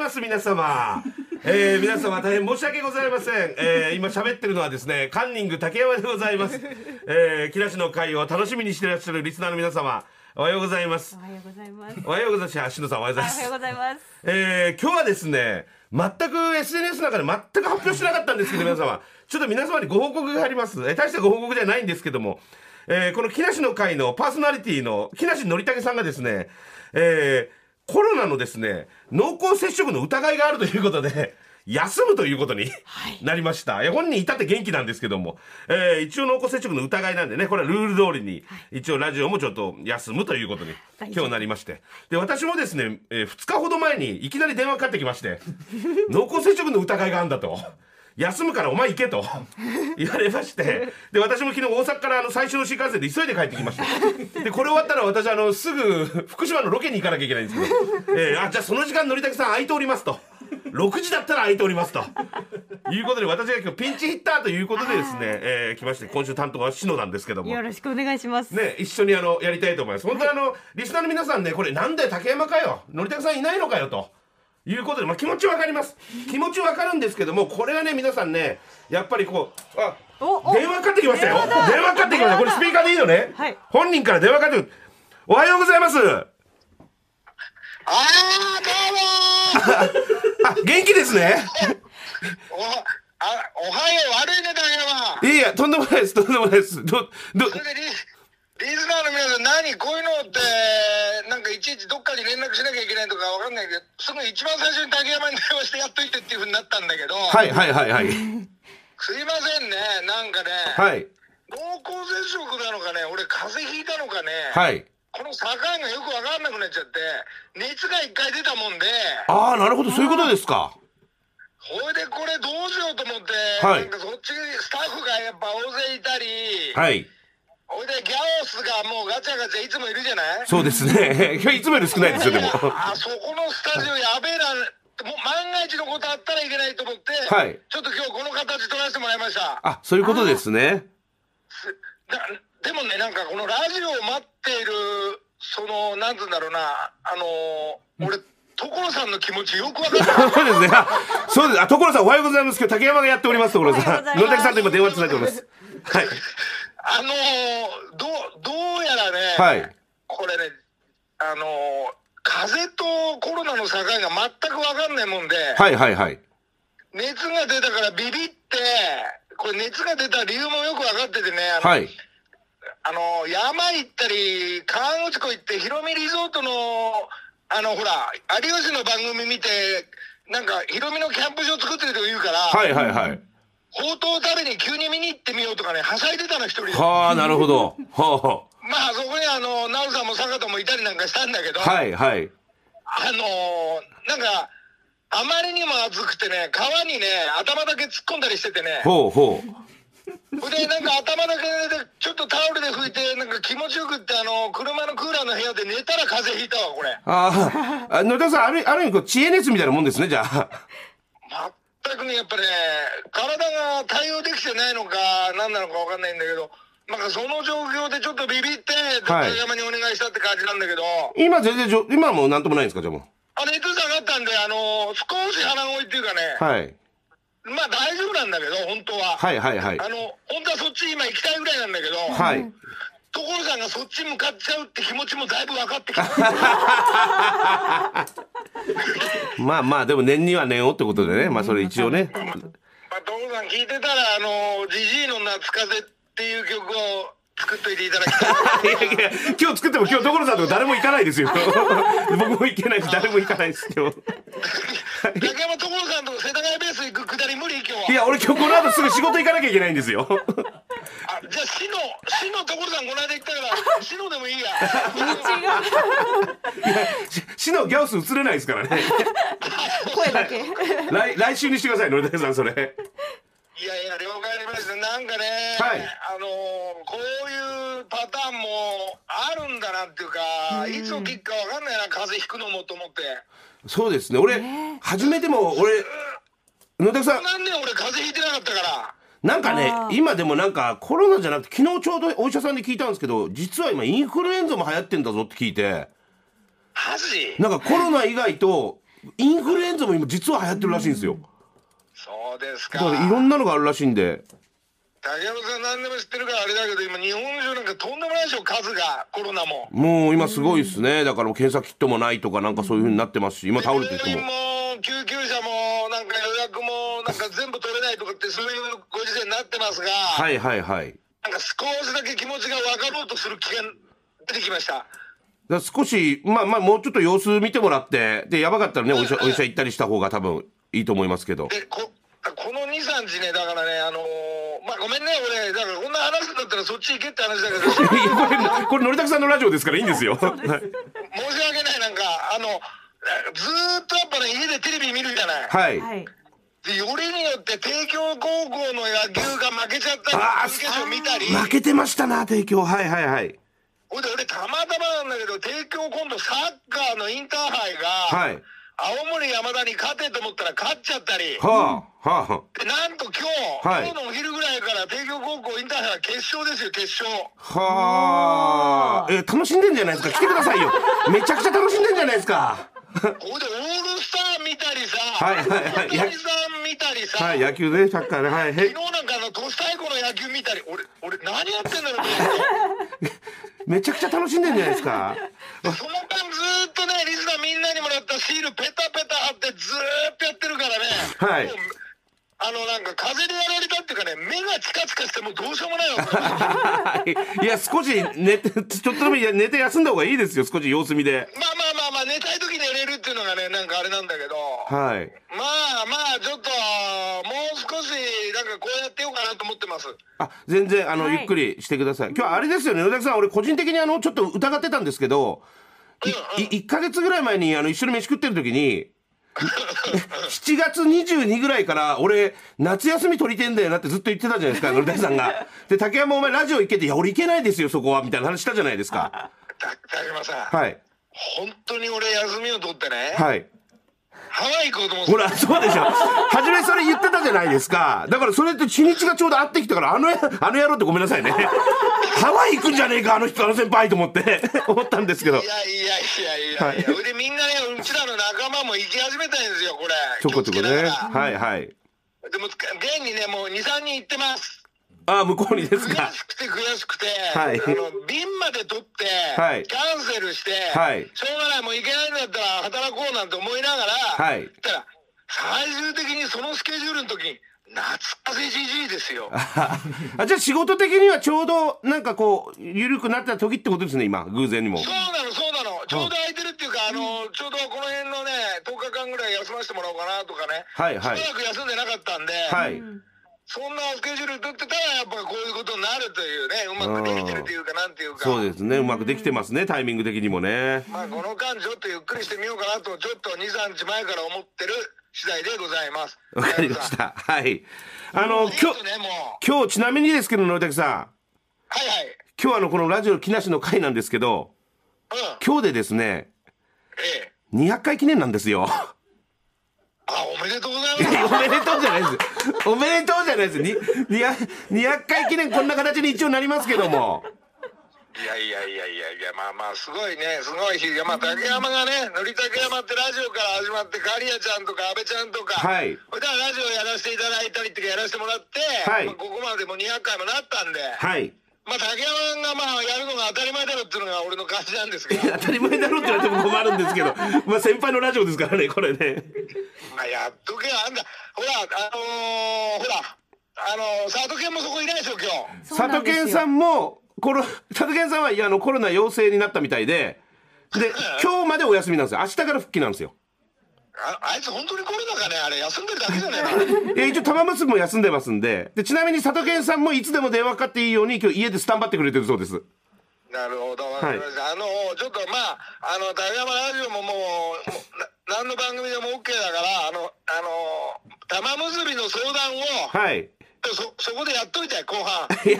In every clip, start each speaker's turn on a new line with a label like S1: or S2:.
S1: ます皆様えー、皆様大変申し訳ございません、えー、今喋ってるのはですねカンニング竹山でございます、えー、木梨の会を楽しみにしていらっしゃるリスナーの皆様おはようございます
S2: おはようございます。
S1: おはようございますあ篠さんおはよう
S2: お
S1: ございます
S2: はようございます。
S1: えー今日はですね、全く SNS の中で全く発表してなかったんですけど、皆様、ちょっと皆様にご報告があります。えー大したご報告じゃないんですけども、えーこの木梨の会のパーソナリティの木梨憲武さんがですね、えーコロナのですね、濃厚接触の疑いがあるということで、休むということになりました。いや本人至って元気なんですけども、えー一応濃厚接触の疑いなんでね、これはルール通りに、一応ラジオもちょっと休むということに、
S2: 大丈夫
S1: 今日なりまして。で、私もですね、え2日ほど前にいきなり電話かかってきまして、 濃厚接触の疑いがあるんだと。休むからお前行けと言われましてで私も昨日大阪からあの最初の新幹線で急いで帰ってきましたでこれ終わったら私あのすぐ福島のロケに行かなきゃいけないんですけど、えーあじゃあその時間乗りたけさん空いておりますと6時だったら空いておりますということで私が今日ピンチヒッターということでですね、えー来まして今週担当は篠なんですけども
S2: よろしくお願いします。
S1: ね、一緒にあのやりたいと思います。本当にあの、リスナーの皆さんね、これなんで竹山かよ、のりたくさんいないのかよと。いうことで、まあ、気持ちわかります。気持ちわかるんですけども、これはね、皆さんね、やっぱりこう、あ、
S2: おお
S1: 電話かかってきましたよ。電話かかってきました。これスピーカーでいいのね。
S2: はい
S1: 本人から電話かかってくるおはようございます。
S3: ああ、
S1: あ、元気ですね。
S3: どうもー。お、あ、おはよう、悪いね、竹山。
S1: いやいや、とんでもないです。とんでもないです。ど、ど、
S3: それでリ、リスナーの皆さん、何、こういうのって、なんかいちいちどっかに連絡しなきゃいけないとかわかんないけど、その一番最初に竹山に電話してやっといてっていうふうになったんだけど、
S1: はいはいはいはい。
S3: すいませんね、なんかね、
S1: はい。
S3: 濃厚接触なのかね、俺、風邪ひいたのかね、
S1: はい。
S3: この境がよくわかんなくなっちゃって、熱が一回出たもんで、
S1: ああ、なるほど、そういうことですか。
S3: ほいでこれどうしようと思って、
S1: はい
S3: なんかそっちスタッフがやっぱ大勢いたり、
S1: はい。
S3: ほいでギャオスがもうガチャガチャいつもいるじゃない
S1: そうですね。 今日いつもより少ないですよ、でも。
S3: あそこのスタジオやべえな、もう万が一のことあったらいけないと思って、
S1: はい
S3: ちょっと今日この形取らせてもらいました。
S1: あ、そういうことですね。
S3: なでもね、なんかこのラジオを待っている、その、なんつうんだろうな、あのー俺、所さんの気持ちよくわか る。
S1: そうですね。あそうです。あ、所さんおはようございます。今日竹山がやっております、所
S2: おは
S1: さ
S2: よ
S1: ん
S2: うござ。います
S1: 野崎さんと今電話つないでおります。はい。
S3: あのーどう、どうやらね、
S1: はい。
S3: これね、あのー風邪とコロナの境が全くわかんないもんで、
S1: はいはいはい。
S3: 熱が出たからビビって、これ熱が出た理由もよく分かっててね、あの、
S1: はい。
S3: あの山行ったり、河口湖行って、ヒロミリゾートの、あの、ほら、有吉の番組見て、なんか、ヒロミのキャンプ場作ってるとか言うから、
S1: はいはいはい。
S3: ほうとう食べに急に見に行ってみようとかね、はしゃいでたの一人で。
S1: はあ、なるほど。は
S3: まあ、そこにあの、ナウさんも坂田もいたりなんかしたんだけど、
S1: あ。はいはい。
S3: あのーなんか、あまりにも暑くてね、川にね、頭だけ突っ込んだりしててね、
S1: ほうほう。
S3: ほいで、なんか頭だけで、ちょっとタオルで拭いて、なんか気持ちよくって、あの、車のクーラーの部屋で寝たら風邪ひいたわ、これ。
S1: あーあ、野田さん、あるある意味こう、知恵熱みたいなもんですね、じゃあ。
S3: 全くね、やっぱね、体が対応できてないのか、何なのかわかんないんだけど、なんかその状況でちょっとビビって、
S1: は
S3: 高
S1: い
S3: 山にお願いしたって感じなんだけど、
S1: 今全然じょ、今はもうなんともないんですか、じゃあも
S3: あれ、熱下がったんで、あの、少し鼻声っていうかね、
S1: う。はい。
S3: まあ大丈夫なんだけど、本当は。
S1: はいはいはい
S3: あ。の、本当はそっち今行きたいぐらいなんだけど、
S1: はい。
S3: 所さんがそっち向かっちゃうって気持ちもだいぶ分かって きた。
S1: まあまあ、でも念には念をってことでね。まあそれ一応ね。
S3: まあ、所さん聞いてたら、あの、ジジイの夏風っていう曲を作っといていただきたい。
S1: いやいや、今日作っても今日所さんとか誰も行かないですよ。僕も行けないし、誰も行かないですよ。
S3: 竹山所さんと世田谷ベース行くくだり無理、今
S1: い
S3: 日は。
S1: や、俺今日この後すぐ仕事行かなきゃいけないんですよ。
S3: あじゃあ、死の、死の所さんこの間行ったから、死のでもいいや。
S1: し市のギャオス映れないですからね。
S2: 声だけ。
S1: 来、来週にしてください、のりたけさん、それ。
S3: いやいや、了解ありました。なんかね、
S1: はい
S3: あのーこういうパターンもあるんだなっていうか、いつのきっかわかんないな、風邪ひくのもと思って。
S1: そうですね、俺、初めても、俺、のりたけさん、
S3: 何年俺風邪ひいてなかったから。
S1: なんかね
S2: あ、ー
S1: 今でもなんかコロナじゃなくて、昨日ちょうどお医者さんに聞いたんですけど、実は今インフルエンザも流行ってんだぞって聞いて、
S3: マジ
S1: なんかコロナ以外と、インフルエンザも今実は流行ってるらしいんですよ。
S3: そうです
S1: だ
S3: か。
S1: からいろんなのがあるらしいんで。
S3: 竹山さん何でも知ってるからあれだけど、今日本中なんかとんでもないでしょ、数が、コロナも。
S1: もう今すごいですね。だからもう検査キットもないとかなんかそういう風になってますし、今倒れてる人
S3: 病院
S1: も。
S3: も救急車もなんか予約もなんか全部取れないとかってそういうご時世になってますが、
S1: はいはいはい。だか
S3: なんか少しだけ気持ちが分かろうとする気が出てきました。
S1: ら少し、まあまあもうちょっと様子見てもらって、で、やばかったらね、お医者、お医者行ったりした方が多分いいと思いますけど。
S3: でここの2、3日ね、だからね、あのーまあ、ごめんね、俺、だからこんな話すんだったらそっち行けって話だけど、申し
S1: いやこれ、これ、のりたくさんのラジオですからいいんですよ。はい
S3: 訳ない、なんか、あの、ずーっとやっぱね、家でテレビ見るじゃない。
S1: はい。
S2: はい。
S3: で、よりによって帝京高校の野球が負けちゃった
S1: あー
S3: 準決勝見たり、
S1: 負けてましたな、提供。はいはいはい。
S3: ほいで俺、たまたまなんだけど、帝京今度サッカーのインターハイが、
S1: はい。
S3: 青森山田に勝てと思ったら勝っちゃったり、
S1: はあ、はあ、
S3: でなんと今日、
S1: はい
S3: 今日のお昼ぐらいから帝京高校インターハイは決勝ですよ、決勝。
S1: はあ。え、楽しんでんじゃないですか。来てくださいよ。めちゃくちゃ楽しんでんじゃないですか。
S3: ここでオールスター見たりさ、
S1: はいはいはい
S3: 大谷さん見たりさ、
S1: はい、野球ね、サッカーね、はい、へ
S3: 昨日なんかあの都市対抗の野球見たり、俺、俺何やってんだろう
S1: めちゃくちゃ楽しんでんじゃないですか。
S3: と思って、その間ずーっとね、リスナーみんなにもらったシールペタペタ貼ってずーっとやってるからね、
S1: はい
S3: もうあのなんか風にやられたっていうかね、目がチカチカしてもうどうしようもないわ。
S1: はいいや、少し寝て、ちょっとでもいや寝て休んだ方がいいですよ。少し様子見で。
S3: まあまあまあまあ、寝たい時に寝れるっていうのがね、なんかあれなんだけど、
S1: はい。
S3: まあまあ、ちょっと、もう少しなんかこうやってようかなと思ってます。
S1: あ、全然、あの、
S2: は
S1: ゆ
S2: い
S1: っくりしてください。今日はあれですよね、野崎さん、俺個人的にあの、ちょっと疑ってたんですけど、い、い、1ヶ月ぐらい前に、あの、一緒に飯食ってる時に、7月22ぐらいから、俺、夏休み取りてんだよなってずっと言ってたじゃないです か、野崎さんが。で、竹山お前ラジオ行けって、いや、俺行けないですよ、そこは、みたいな話したじゃないです か。
S3: た竹山さん、
S1: はい。
S3: 本当に俺休みを取ってね、
S1: はい。
S3: ハワイ行こうと思って
S1: ほら、そうでしょ。初めそれ言ってたじゃないですか。だからそれって日にちがちょうど合ってきたから、あのや、あの野郎ってごめんなさいね。 ハワイ行くんじゃねえか、あの人、あの先輩と思って、 思ったんですけど
S3: い。やいやいやいやいや、
S1: はい
S3: それでみんなねうちらの仲間も行き始めたんですよこれ
S1: ちょこちょこ
S3: 気をつけ
S1: ね。
S3: ながら
S1: はいはい。
S3: でも現にねもう23人行ってます
S1: ああ、向こうにです
S3: 悔
S1: か。
S3: しくて悔しくて、
S1: はい
S3: あの瓶まで取って、
S1: はい
S3: キャンセルして、
S1: はい
S3: しょうがないもう行けないんだったら働こうなんて思いながら、
S1: はい
S3: 行ったら最終的にそのスケジュールの時に懐かしじじいですよ
S1: あ、じゃあ仕事的にはちょうど、なんかこう、緩くなった時ってことですね、今、偶然にも
S3: そう。なの、そうなの。ちょうど空いてるっていうか、あの、ちょうどこの辺のね、10日間ぐらい休ませてもらおうかなとかね。
S1: はいはい
S3: しばらく休んでなかったんで、
S1: はい。
S3: そんなスケジュール取ってたら、やっぱこういうことになるというね、うまくできてるというか、なんていうか。
S1: そうですね、うまくできてますね、タイミング的にもね。
S3: まあ、この間、ちょっとゆっくりしてみようかなと、ちょっと2、3日前から思ってる次第でございます。
S1: わかりまし
S3: 皆さん。
S1: た。はい。あの、今
S3: 今
S1: 日
S3: 日、ね、もう。
S1: 今日ちなみにですけど、野崎さん。
S3: はいはい。
S1: 今日あのこのラジオ木梨の会なんですけど
S3: うん。
S1: 今日でですね
S3: ええ。
S1: 200回記念なんですよ
S3: あ、おめでとうござい
S1: お
S3: ま
S1: め
S3: す。
S1: でとうじゃないですおめでとうじゃないですに 200, 200回記念こんな形に一応なりますけども
S3: いやいやいやいやいや、まあまあ、すごいね、すごい日が、まあ、竹山がね、のり竹山ってラジオから始まって、カリアちゃんとか、安倍ちゃんとか、
S1: はい
S3: それからラジオやらせていただいたりっていうか、やらせてもらって、
S1: はい
S3: まあここまでもう200回もなったんで、
S1: はい
S3: まあ、竹山がまあ、やるのが当たり前だろっていうのが俺の感じなんですけ ど、
S1: 当たり前だろうって言われても困るんですけどまあ先輩のラジオですからねこれね
S3: まあ、やっとけよ、あんた、ほら、あのー、ほら、あのー、佐藤健もそこいないでしょ、今日。
S2: そう
S1: 佐
S2: な
S1: 渡
S2: んですよ
S1: 健さんもコロ佐渡健さんはいやあのコロナ陽性になったみたいでで今日までお休みなんですよ明日から復帰なんですよ
S3: ああいつ本当にコロナかね、あれ、休んでるだけじゃねえか。
S1: えー一応玉結びも休んでますんででちなみに佐渡健さんもいつでも電話かかっていいように今日家でスタンバってくれてるそうです
S3: なるほど、わかりました。あの、ちょっとまあ、あの、高山ラジオももう、もうな何の番組でも OK だから、あの、あの、玉結びの相談を、
S1: はい
S3: そ、そこでやっといて、後 半。
S1: いや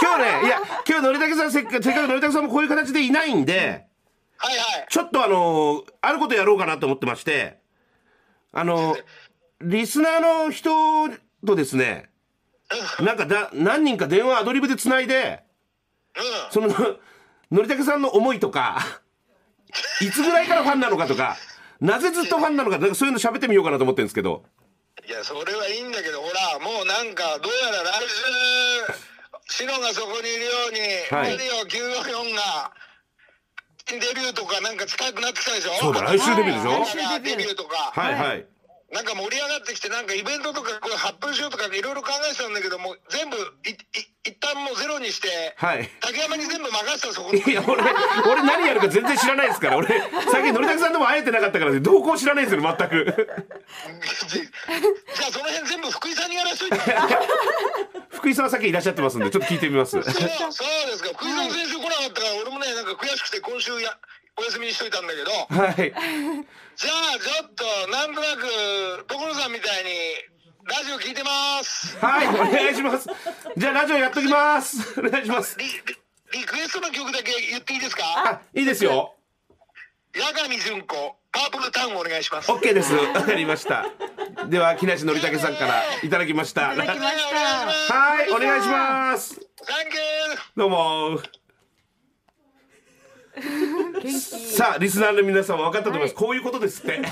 S1: 今日ねいや今日のりたけさんせっかせっかくのりたけさんもこういう形でいないんで
S3: はいはい。
S1: ちょっとあのーあることやろうかなと思ってましてあのーリスナーの人とですねなんかだ何人か電話アドリブでつないで
S3: うん。
S1: そののりたけさんの思いとかいつぐらいからファンなのかとかなぜずっとファンなのか、なんかそういうの喋ってみようかなと思ってるんですけど。
S3: いや、それはいいんだけど、ほら、もうなんか、どうやら来週、シノがそこにいるように、
S1: はい
S3: レディオ944が、デビューとかなんか近くなってきたでしょ
S1: そうだ、来週デビューでしょ、
S2: はい
S3: 来週デビューとか、
S1: はい、はい、
S3: なんか盛り上がってきて、なんかイベントとかこれ発表しようとかいろいろ考えてたんだけど、もう全部い、い、一旦もうゼロにして、
S1: はい。
S3: 竹山に全部任せたそこ に。
S1: いや、俺、俺何やるか全然知らないですから、俺、最近のりたくさんとも会えてなかったから、動向知らないんですよ、全く。
S3: じゃあその辺全部福井さんにやらしといて。
S1: 福井さんはさっきいらっしゃってますんで、ちょっと聞いてみます。
S3: そうそうですか。福井さん先週来なかったから、俺もね、なんか悔しくて今週や、お休みにしといたんだけど、
S1: はい。
S3: じゃあちょっと、なんとなく、所さんみたいに、ラジオ聞いてます。
S1: はい、お願いします。じゃあ、ラジオやっときます。お願いします。
S3: リ、リリクエストの曲だけ言っていいですか
S1: あ、いいですよ。
S3: 八神純子、パープルタウンお願いします。
S1: オッケーです。わかりました。では、木梨憲武さんからいただきました。
S2: いただき
S1: は
S2: ました。
S1: い、お願いします。
S3: サンキュー
S1: どうも。さあ、リスナーの皆さんは分かったと思います。こういうことですって。もう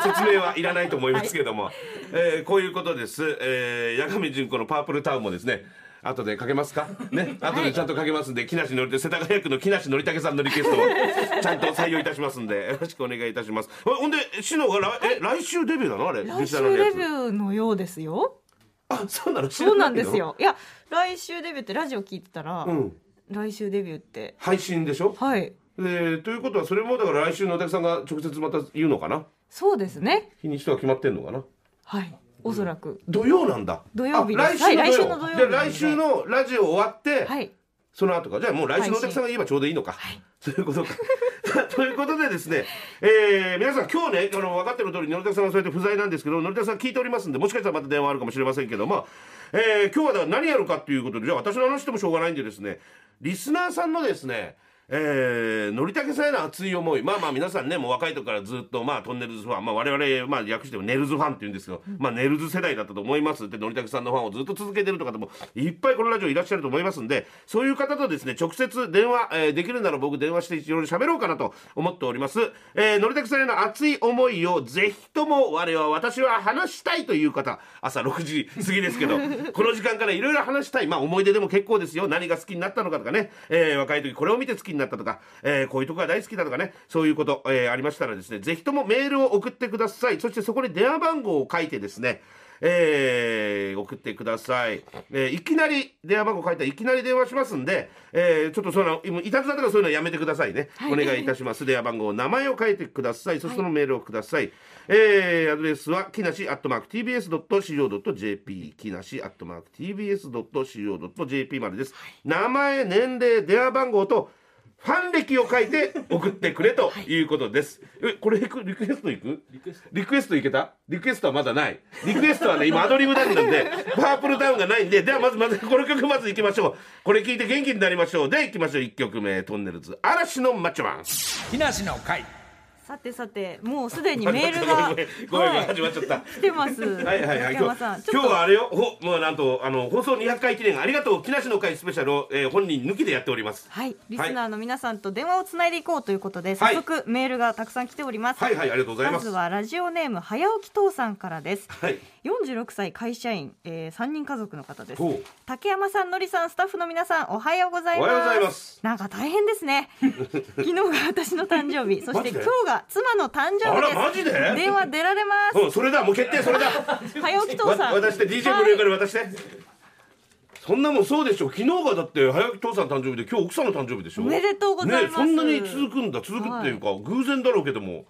S1: 説明はいらないと思いますけども。えーこういうことです。えー、八神純子のパープルタウンもですね。後でかけますかね。後でちゃんとかけますんで、木梨のり世田谷区の木梨のりたけさんのリクエストを ちゃんと採用いたしますんで、よろしくお願いいたします。ほほんで、シノが来、え、来週デビューなのあれ。
S2: 来
S1: リス
S2: 週
S1: ナーのや
S2: デ
S1: つ
S2: ビューのようですよ。
S1: あ、そうなの知ら
S2: そう
S1: い
S2: な
S1: の
S2: んですよ。いや、来週デビューってラジオ聞いてたら、
S1: うん。
S2: 来週デビューって。
S1: 配信でしょ
S2: はい。
S1: でということはそれもだから来週のお客さんが直接また言うのかな
S2: そうですね。
S1: 日にちとか決まってんのかな
S2: はい。おそらく。
S1: 土曜なんだ
S2: 土曜日です
S1: あ
S2: は
S1: 来
S2: い
S1: 週
S2: 来週
S1: の
S2: の
S1: 土
S2: 土
S1: 曜じゃあ
S2: 曜日なんで
S1: 来週のラジオ終わって、
S2: はい。
S1: その後かじゃあもう来週のお客さんが言えばちょうどいいのか、そういうことか ということでですね、えー皆さん今日ねあの分かってる通りのりたけさんはそうやって不在なんですけどのりたけさん聞いておりますんでもしかしたらまた電話あるかもしれませんけども、えー今日はだから何やるかっていうことでじゃあ私の話してもしょうがないんでですねリスナーさんのですねえー、のりたけさんへの熱い思いまあまあ皆さんねもう若い時からずっと、まあ、トンネルズファン、まあ、我々、まあ、略してもネルズファンっていうんですけど、まあ、ネルズ世代だったと思いますでのりたけさんのファンをずっと続けてるとかでもいっぱいこのラジオいらっしゃると思いますんでそういう方とですね直接電話、えーできるなら僕電話していろいろ喋ろうかなと思っております、えー、のりたけさんへの熱い思いをぜひとも我は私は話したいという方朝6時過ぎですけど この時間からいろいろ話したい、まあ、思い出でも結構ですよ何が好きになったのかとかね、えー若い時これを見て好きになったとか、えーこういうとこが大好きだとかねそういうこと、えーありましたらですねぜひともメールを送ってくださいそしてそこに電話番号を書いてですねえー送ってください、えーいきなり電話番号書いたらいきなり電話しますんで、えーちょっとその今いたずらとかそういうのやめてくださいね、お願いいたします電話番号名前を書いてくださいそしてそのメールをください、えーアドレスは木梨アットマーク TBS.CO.JP 木梨アットマーク TBS.CO.JP までです、名前年齢電話番号とファン歴を書いて送ってくれということです。え、これいくリクエストいくリクエストいけたリクエストはまだない。リクエストはね、今アドリブだったんで、パープルダウンがないんで、ではまずまず、この曲まず行きましょう。これ聞いて元気になりましょう。で、行きましょう。1曲目、トンネルズ、嵐のマッチョマン。
S4: 木梨の会
S2: さてさて、もうすでにメー
S1: ご
S2: ル
S1: めんごめんご
S2: が。
S1: めんごめん、
S2: はい
S1: 始まっちゃった。
S2: 来てます。
S1: はいはいはい、今
S2: 竹山
S1: 日
S2: さん。ちょ
S1: 今
S2: っ
S1: 日
S2: と
S1: はあれよ、ほもうなんとあの放送200回記念ありがとう木梨の会スペシャルを、えー本人抜きでやっております。
S2: はい、リスナーの皆さんと電話をつないでいこうということ
S1: はい
S2: で、早速メールがたくさん来ております。
S1: はいはいありがとうございます
S2: まずはラジオネーム早起き父さんからです。
S1: はい。
S2: 46歳会社員、えー、3人家族の方です
S1: ほう
S2: 竹山さんのりさんスタッフの皆さんおはようございます
S1: おはようございます
S2: なんか大変で すね昨日が私の誕生日そ
S1: マ
S2: し
S1: ジ
S2: て
S1: で
S2: 今日が妻の誕生
S1: あ
S2: 日
S1: ら
S2: です
S1: マジで？
S2: 電話出られます
S1: うんそれだもう決定それだ。
S2: 早起き 父
S1: わ
S2: さん
S1: 渡して DJ ブルーから渡して、そんなもんそうでしょ昨日がだって早起き父さん誕生日で今日奥さんの誕生日でしょ
S2: おめでとうございます
S1: ねそんなに続くんだ続くっていうか、偶然だろうけども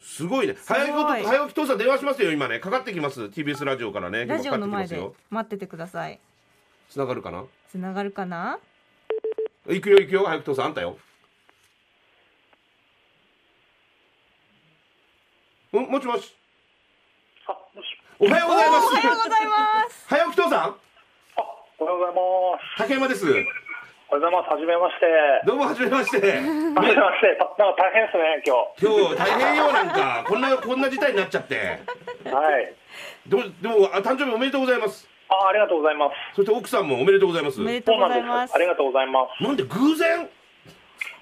S1: すごいね
S2: ごい
S1: 早起き父早起き父さん電話しますよ今ねかかってきます TBS ラジオからね今
S2: ラジオの
S1: かか
S2: 前
S1: ってき
S2: で
S1: ますよ
S2: 待っててください
S1: つながるかな
S2: つながるかな
S1: 行くよ行くよ早く父さんあんたよんもしもし
S5: あ、もし
S1: おはようござい
S2: お
S1: ま
S2: はよう
S1: す
S2: ございます
S1: 早起き父さん
S5: あ、おはようございます。
S1: 竹山です
S5: おはようございます。はじめまして。
S1: どうもはじめまして
S5: はじめまして。たなんか大変ですね、今
S1: 今日大変よなんかこんなこんな事態になっちゃって
S5: 日。はい。
S1: でもでもあ誕生日おめでとうございます
S5: あ、ありがとうございます。
S1: そして奥さんもおめでとうございます
S2: おめでと
S5: そうう
S2: ご
S5: な
S2: ざい
S5: ん
S2: ま
S5: ですす。ありがとうございます。
S1: なんで偶然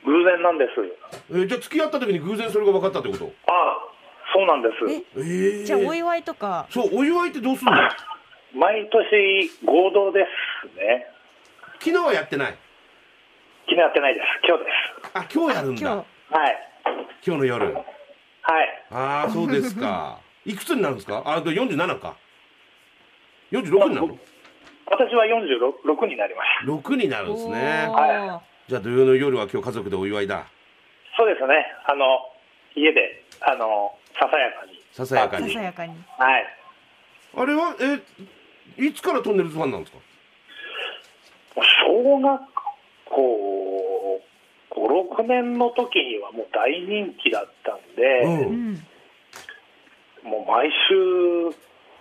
S6: 偶然なんです。
S1: えーじゃあ付き合った時に偶然それが分かったってこと
S6: ああ、そうなんで
S1: え
S6: す。
S1: ー
S2: じゃあお祝いとか
S1: そうお祝いってどうすんの
S6: 毎年合同ですね。
S1: 昨日はやってない
S6: 昨日やってないです。今日です。
S1: あ今日やるんだ
S2: 今
S1: 今
S2: 日
S6: はい。
S1: 日の夜
S6: はい。
S1: ああそうです かいくつになるんですかあで47か46になるの
S6: 私は46になりました。
S1: 6になるんですね
S2: おー
S6: は
S1: じゃあ土曜の夜は今日家族でお祝いだ
S6: そうですね。あの、家で、あの、ささやかに。
S1: ささやか
S2: さ
S1: に
S2: さやかに
S6: はい。
S1: あれはえいつからトンネルズファンなんですか
S6: もう小学校5、6年の時にはもう大人気だったんで、
S1: う
S2: うんん
S6: もう毎週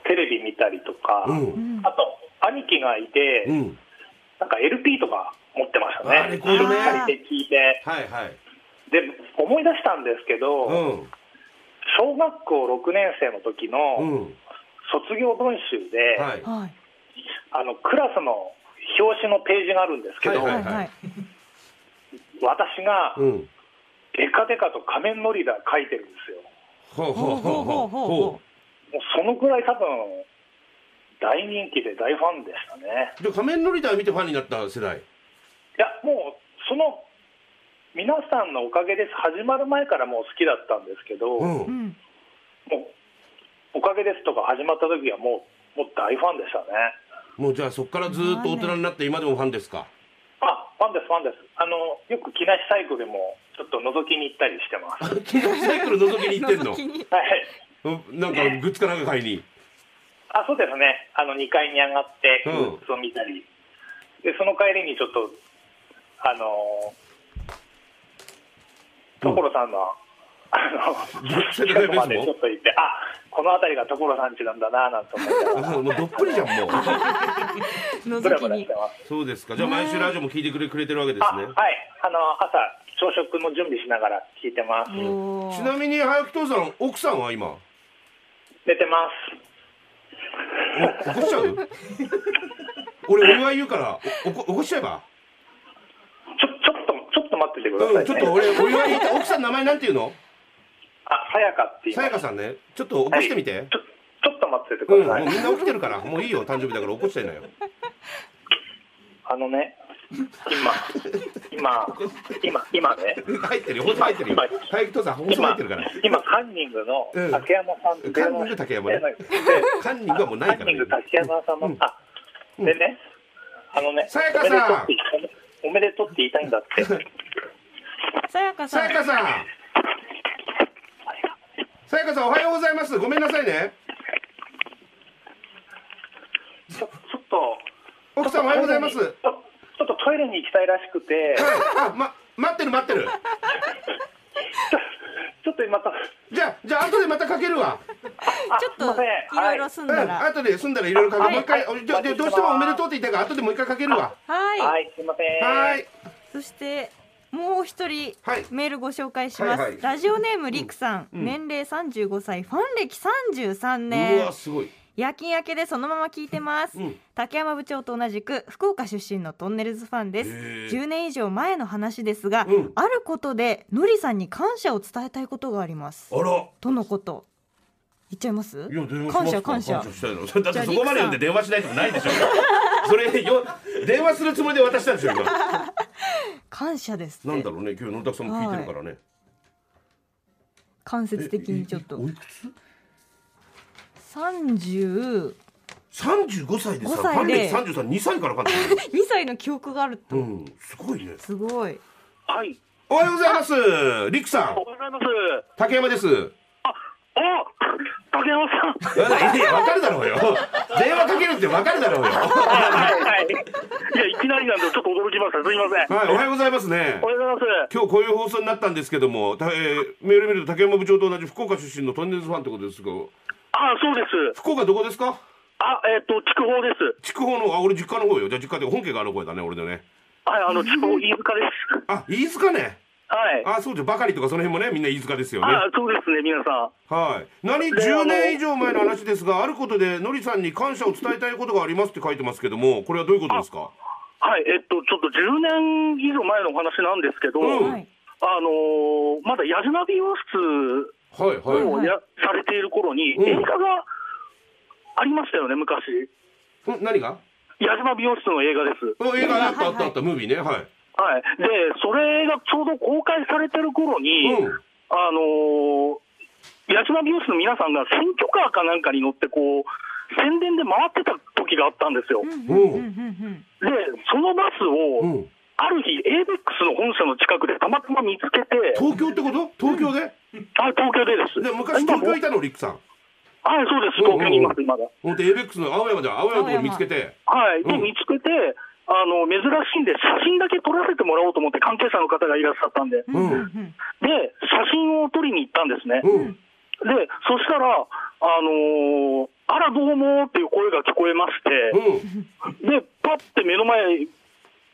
S6: テレビ見たりとか、
S1: うん
S2: うん
S6: あと、兄貴がいて、
S1: うん
S6: なんか LP とか持ってました
S1: あーレ
S6: ね。しっ
S1: コード
S2: ね
S6: かりで聞いて。
S1: はいはい
S6: で、思い出したんですけど、
S1: うん
S6: 小学校6年生の時
S1: う
S6: の
S1: ん
S6: 卒業文集で、
S1: はい
S2: はい
S6: あのクラスの表紙のページがあるんですけど、
S1: はい
S2: は
S1: はい
S2: いはい
S6: 私が
S1: うん
S6: デカデカと仮面のリーダー書いてるんですよ。
S1: ほうほ
S2: ほう
S1: う
S2: ほ
S1: ほう
S2: うほ
S1: ほ
S2: う
S1: う
S2: ほう
S1: ほ
S2: ほ
S6: もうそのくらい多分大人気で大ファンでしたね。
S1: うじゃあ仮面のリーダー見てファンになった世代
S6: いやもうその皆さんのおかげです始まる前からもう好きだったんですけど、
S1: う
S6: もうん
S2: うんん
S6: おかげですとか始まった時はもうもう大ファンでしたね。
S1: もうじゃあそっからずーっと大人になって今でもファンですか
S6: あ、ファンです、ファンです。あの、よく木梨サイクルも、ちょっと覗きに行ったりしてま す。
S1: 木梨サイクル覗きに行 ってん
S2: 覗き
S1: の
S2: に
S6: はい。
S1: うんなんかグッズかなんか買いに
S6: あ、そうですね。あの、2階に上がって、
S1: うん
S6: グッズを見たり。で、その帰りにちょっと、あのー、所さんの、あの、
S1: セ
S6: 近
S1: ルフ
S6: く
S1: ベー
S6: ま
S1: ス
S6: で
S1: も
S6: ちょっと行って、あ、この辺りが所さん家なんだなぁなんて思って、
S1: あもうどっぷりじゃんもう
S6: ブ
S2: 覗
S6: ラ
S2: き
S6: ブラし
S2: に
S6: てま す。
S1: そうですかじゃあ毎週ラジオも聞いてくれくれてるわけで
S6: あ、
S1: す
S6: はい
S1: ね。
S6: あの、朝、朝食の準備しながら聞いてます。
S2: お
S1: ち
S2: ー
S1: なみに早木父さん奥さんは今
S6: 寝てます。
S1: お起こしちゃう 俺お祝い言うからおおこ起こしちゃえば
S6: ちょ、ちょっと、ちょっと待っててください、
S1: う
S6: ね。
S1: んちょっと俺お祝い言って奥さん名前なんて言うの
S6: あ、さやかって言い
S1: さ
S6: ま
S1: や
S6: す。
S1: かさんねちょっと起こしてみて、
S6: ちょ、ちょっと待ってて
S1: うん
S6: く
S1: も
S6: ださい。
S1: うみんな起きてるからもういいよ誕生日だから起こしてんなよ
S6: あのね、今、今、今、今ね、
S1: 入ってるよ放送入ってるよ
S6: 今
S1: 早木父さん放送入
S6: 今
S1: ってるから、
S6: 今、カンニングの
S1: うん
S6: 竹山さんと電話
S1: カンニング
S6: して、
S1: 竹山ねカンニングはもうな
S6: カ
S1: い
S6: ン
S1: か
S6: ニ
S1: ら
S6: ン
S1: ね
S6: グ竹山さんの、あ、でね、あのね、
S1: さやかさん
S6: おめでとうって言いたいんだって。
S2: さやか
S1: さ
S2: さん
S1: やかさんさやかさんおはようございますごめんなさいね
S6: ちょちょっと、
S1: 奥さんおはようございます
S6: ちょちょっとトイレに行きたいらしくて、
S1: はいあ、ま、待ってる待ってる
S6: ちょっと今、た
S1: じゃあじゃあ後でまたかけるわ
S2: ちょっと
S6: すいません
S2: いろいろ済ん
S1: うん、
S2: だら
S1: 後で済んだらいろいろかけ
S2: はい
S1: もう一回、
S6: はい
S1: じゃあじゃあどうしてもおめでとうって言いたいから後でもう一回かけるわ
S2: はい、
S6: はい、すいません。
S1: はーい
S2: そしてもう一人
S1: はい
S2: メールご紹介します、
S1: はいはい
S2: ラジオネームりくさん、
S1: うん
S2: 年齢35歳ファン歴33
S1: う
S2: 年
S1: わすごい
S2: 夜勤明けでそのまま聞いてます、
S1: うん
S2: 竹山部長と同じく福岡出身のトンネルズファンです
S1: へー
S2: 10年以上前の話ですが、
S1: うん
S2: あることでのりさんに感謝を伝えたいことがあります
S1: あら
S2: とのこと言っちゃいます
S1: いや電話し
S2: 感
S1: ます
S2: 謝
S1: よ
S2: 感謝
S1: 感謝したいのだっ
S2: じゃあ
S1: てそこまで
S2: リクさ
S1: 言
S2: ん
S1: って電話しないとかないでしょそれよ電話するつもりで渡したんでしょ今
S2: 感謝ですって
S1: なんだろうね今日のたくさんも聞いてるからね、
S2: 間
S1: え
S2: 接的にちょっ
S1: いいお
S2: と
S1: いくつ
S2: 32
S1: 35歳でさ
S2: 5歳で
S1: ファン歴33 2歳からかんだよ
S2: 歳の記憶があると、
S1: うんすごいね
S2: すごい
S6: はい、
S1: おはようございますりくさん
S6: おはようございます。
S1: 竹山です
S6: あ、竹山さん。
S1: いやいやわかるだろうよ電話かけるってわかるだろうよは
S6: はいはい。いや、いきなりなんで、ちょっと驚きました。すみません。
S1: いおはようございますね
S6: おはようございます。
S1: 今日こういう放送になったんですけども、たえーメール見ると竹山部長と同じ福岡出身のトンネルズファンってことですが、
S6: あ、そうです。
S1: 福岡どこですか
S6: あ、えっ、と、筑豊です。
S1: 筑豊の、あ、俺実家の方よ。じゃあ実家で本家がある方だね、俺でね。
S6: はい、あの、筑豊飯塚です。
S1: あ、飯塚ね。
S6: はい。
S1: あ、そうじゃ、ばかりとかその辺もね、みんな飯塚ですよね。
S6: あ、そうですね、皆さん。
S1: はい。何、
S6: であ
S1: 10
S6: の
S1: 年以上前の話ですが、あることで、のりさんに感謝を伝えたいことがありますって書いてますけども、これはどういうことですか
S6: あ
S5: はい、えっと、ちょっと10年以上前のお話なんですけど、
S1: うん
S2: はい。
S5: あのーまだ矢島美容室
S1: はいはい。
S5: をや、されている頃に、
S1: うん
S5: 映画がありましたよね、昔。
S1: ん何が
S5: 矢島美容室の映画です。
S1: あ映画あったあったあった、ムービーね。はい。
S5: はい。で、それがちょうど公開されてる頃に、
S1: うん
S5: あのー、矢島美容室の皆さんが選挙カーかなんかに乗って、こう、宣伝で回ってた時があったんですよ。
S2: うんうんうんうん
S5: で、そのバスを、
S1: うん
S5: ある日、エイベックスの本社の近くでたまたま見つけて、
S1: 東京ってこと東京で、
S5: あ東京でです。
S1: で昔東
S5: 今も
S1: 京いたの、リックさん。
S5: はい、そうです。東京にいます、まだ。
S1: ほんで、エイベックスの青山では青山のとこ見つけて。
S5: はい。で、
S1: うん
S5: 見つけて、あの、珍しいんで、写真だけ撮らせてもらおうと思って、関係者の方がいらっしゃったんで。で、
S2: うんうんうん
S5: 写真を撮りに行ったんですね。
S1: うん。
S5: で、そしたら、あのーあら、どうもっていう声が聞こえまし
S1: うん。
S5: て、で、パッて目の前、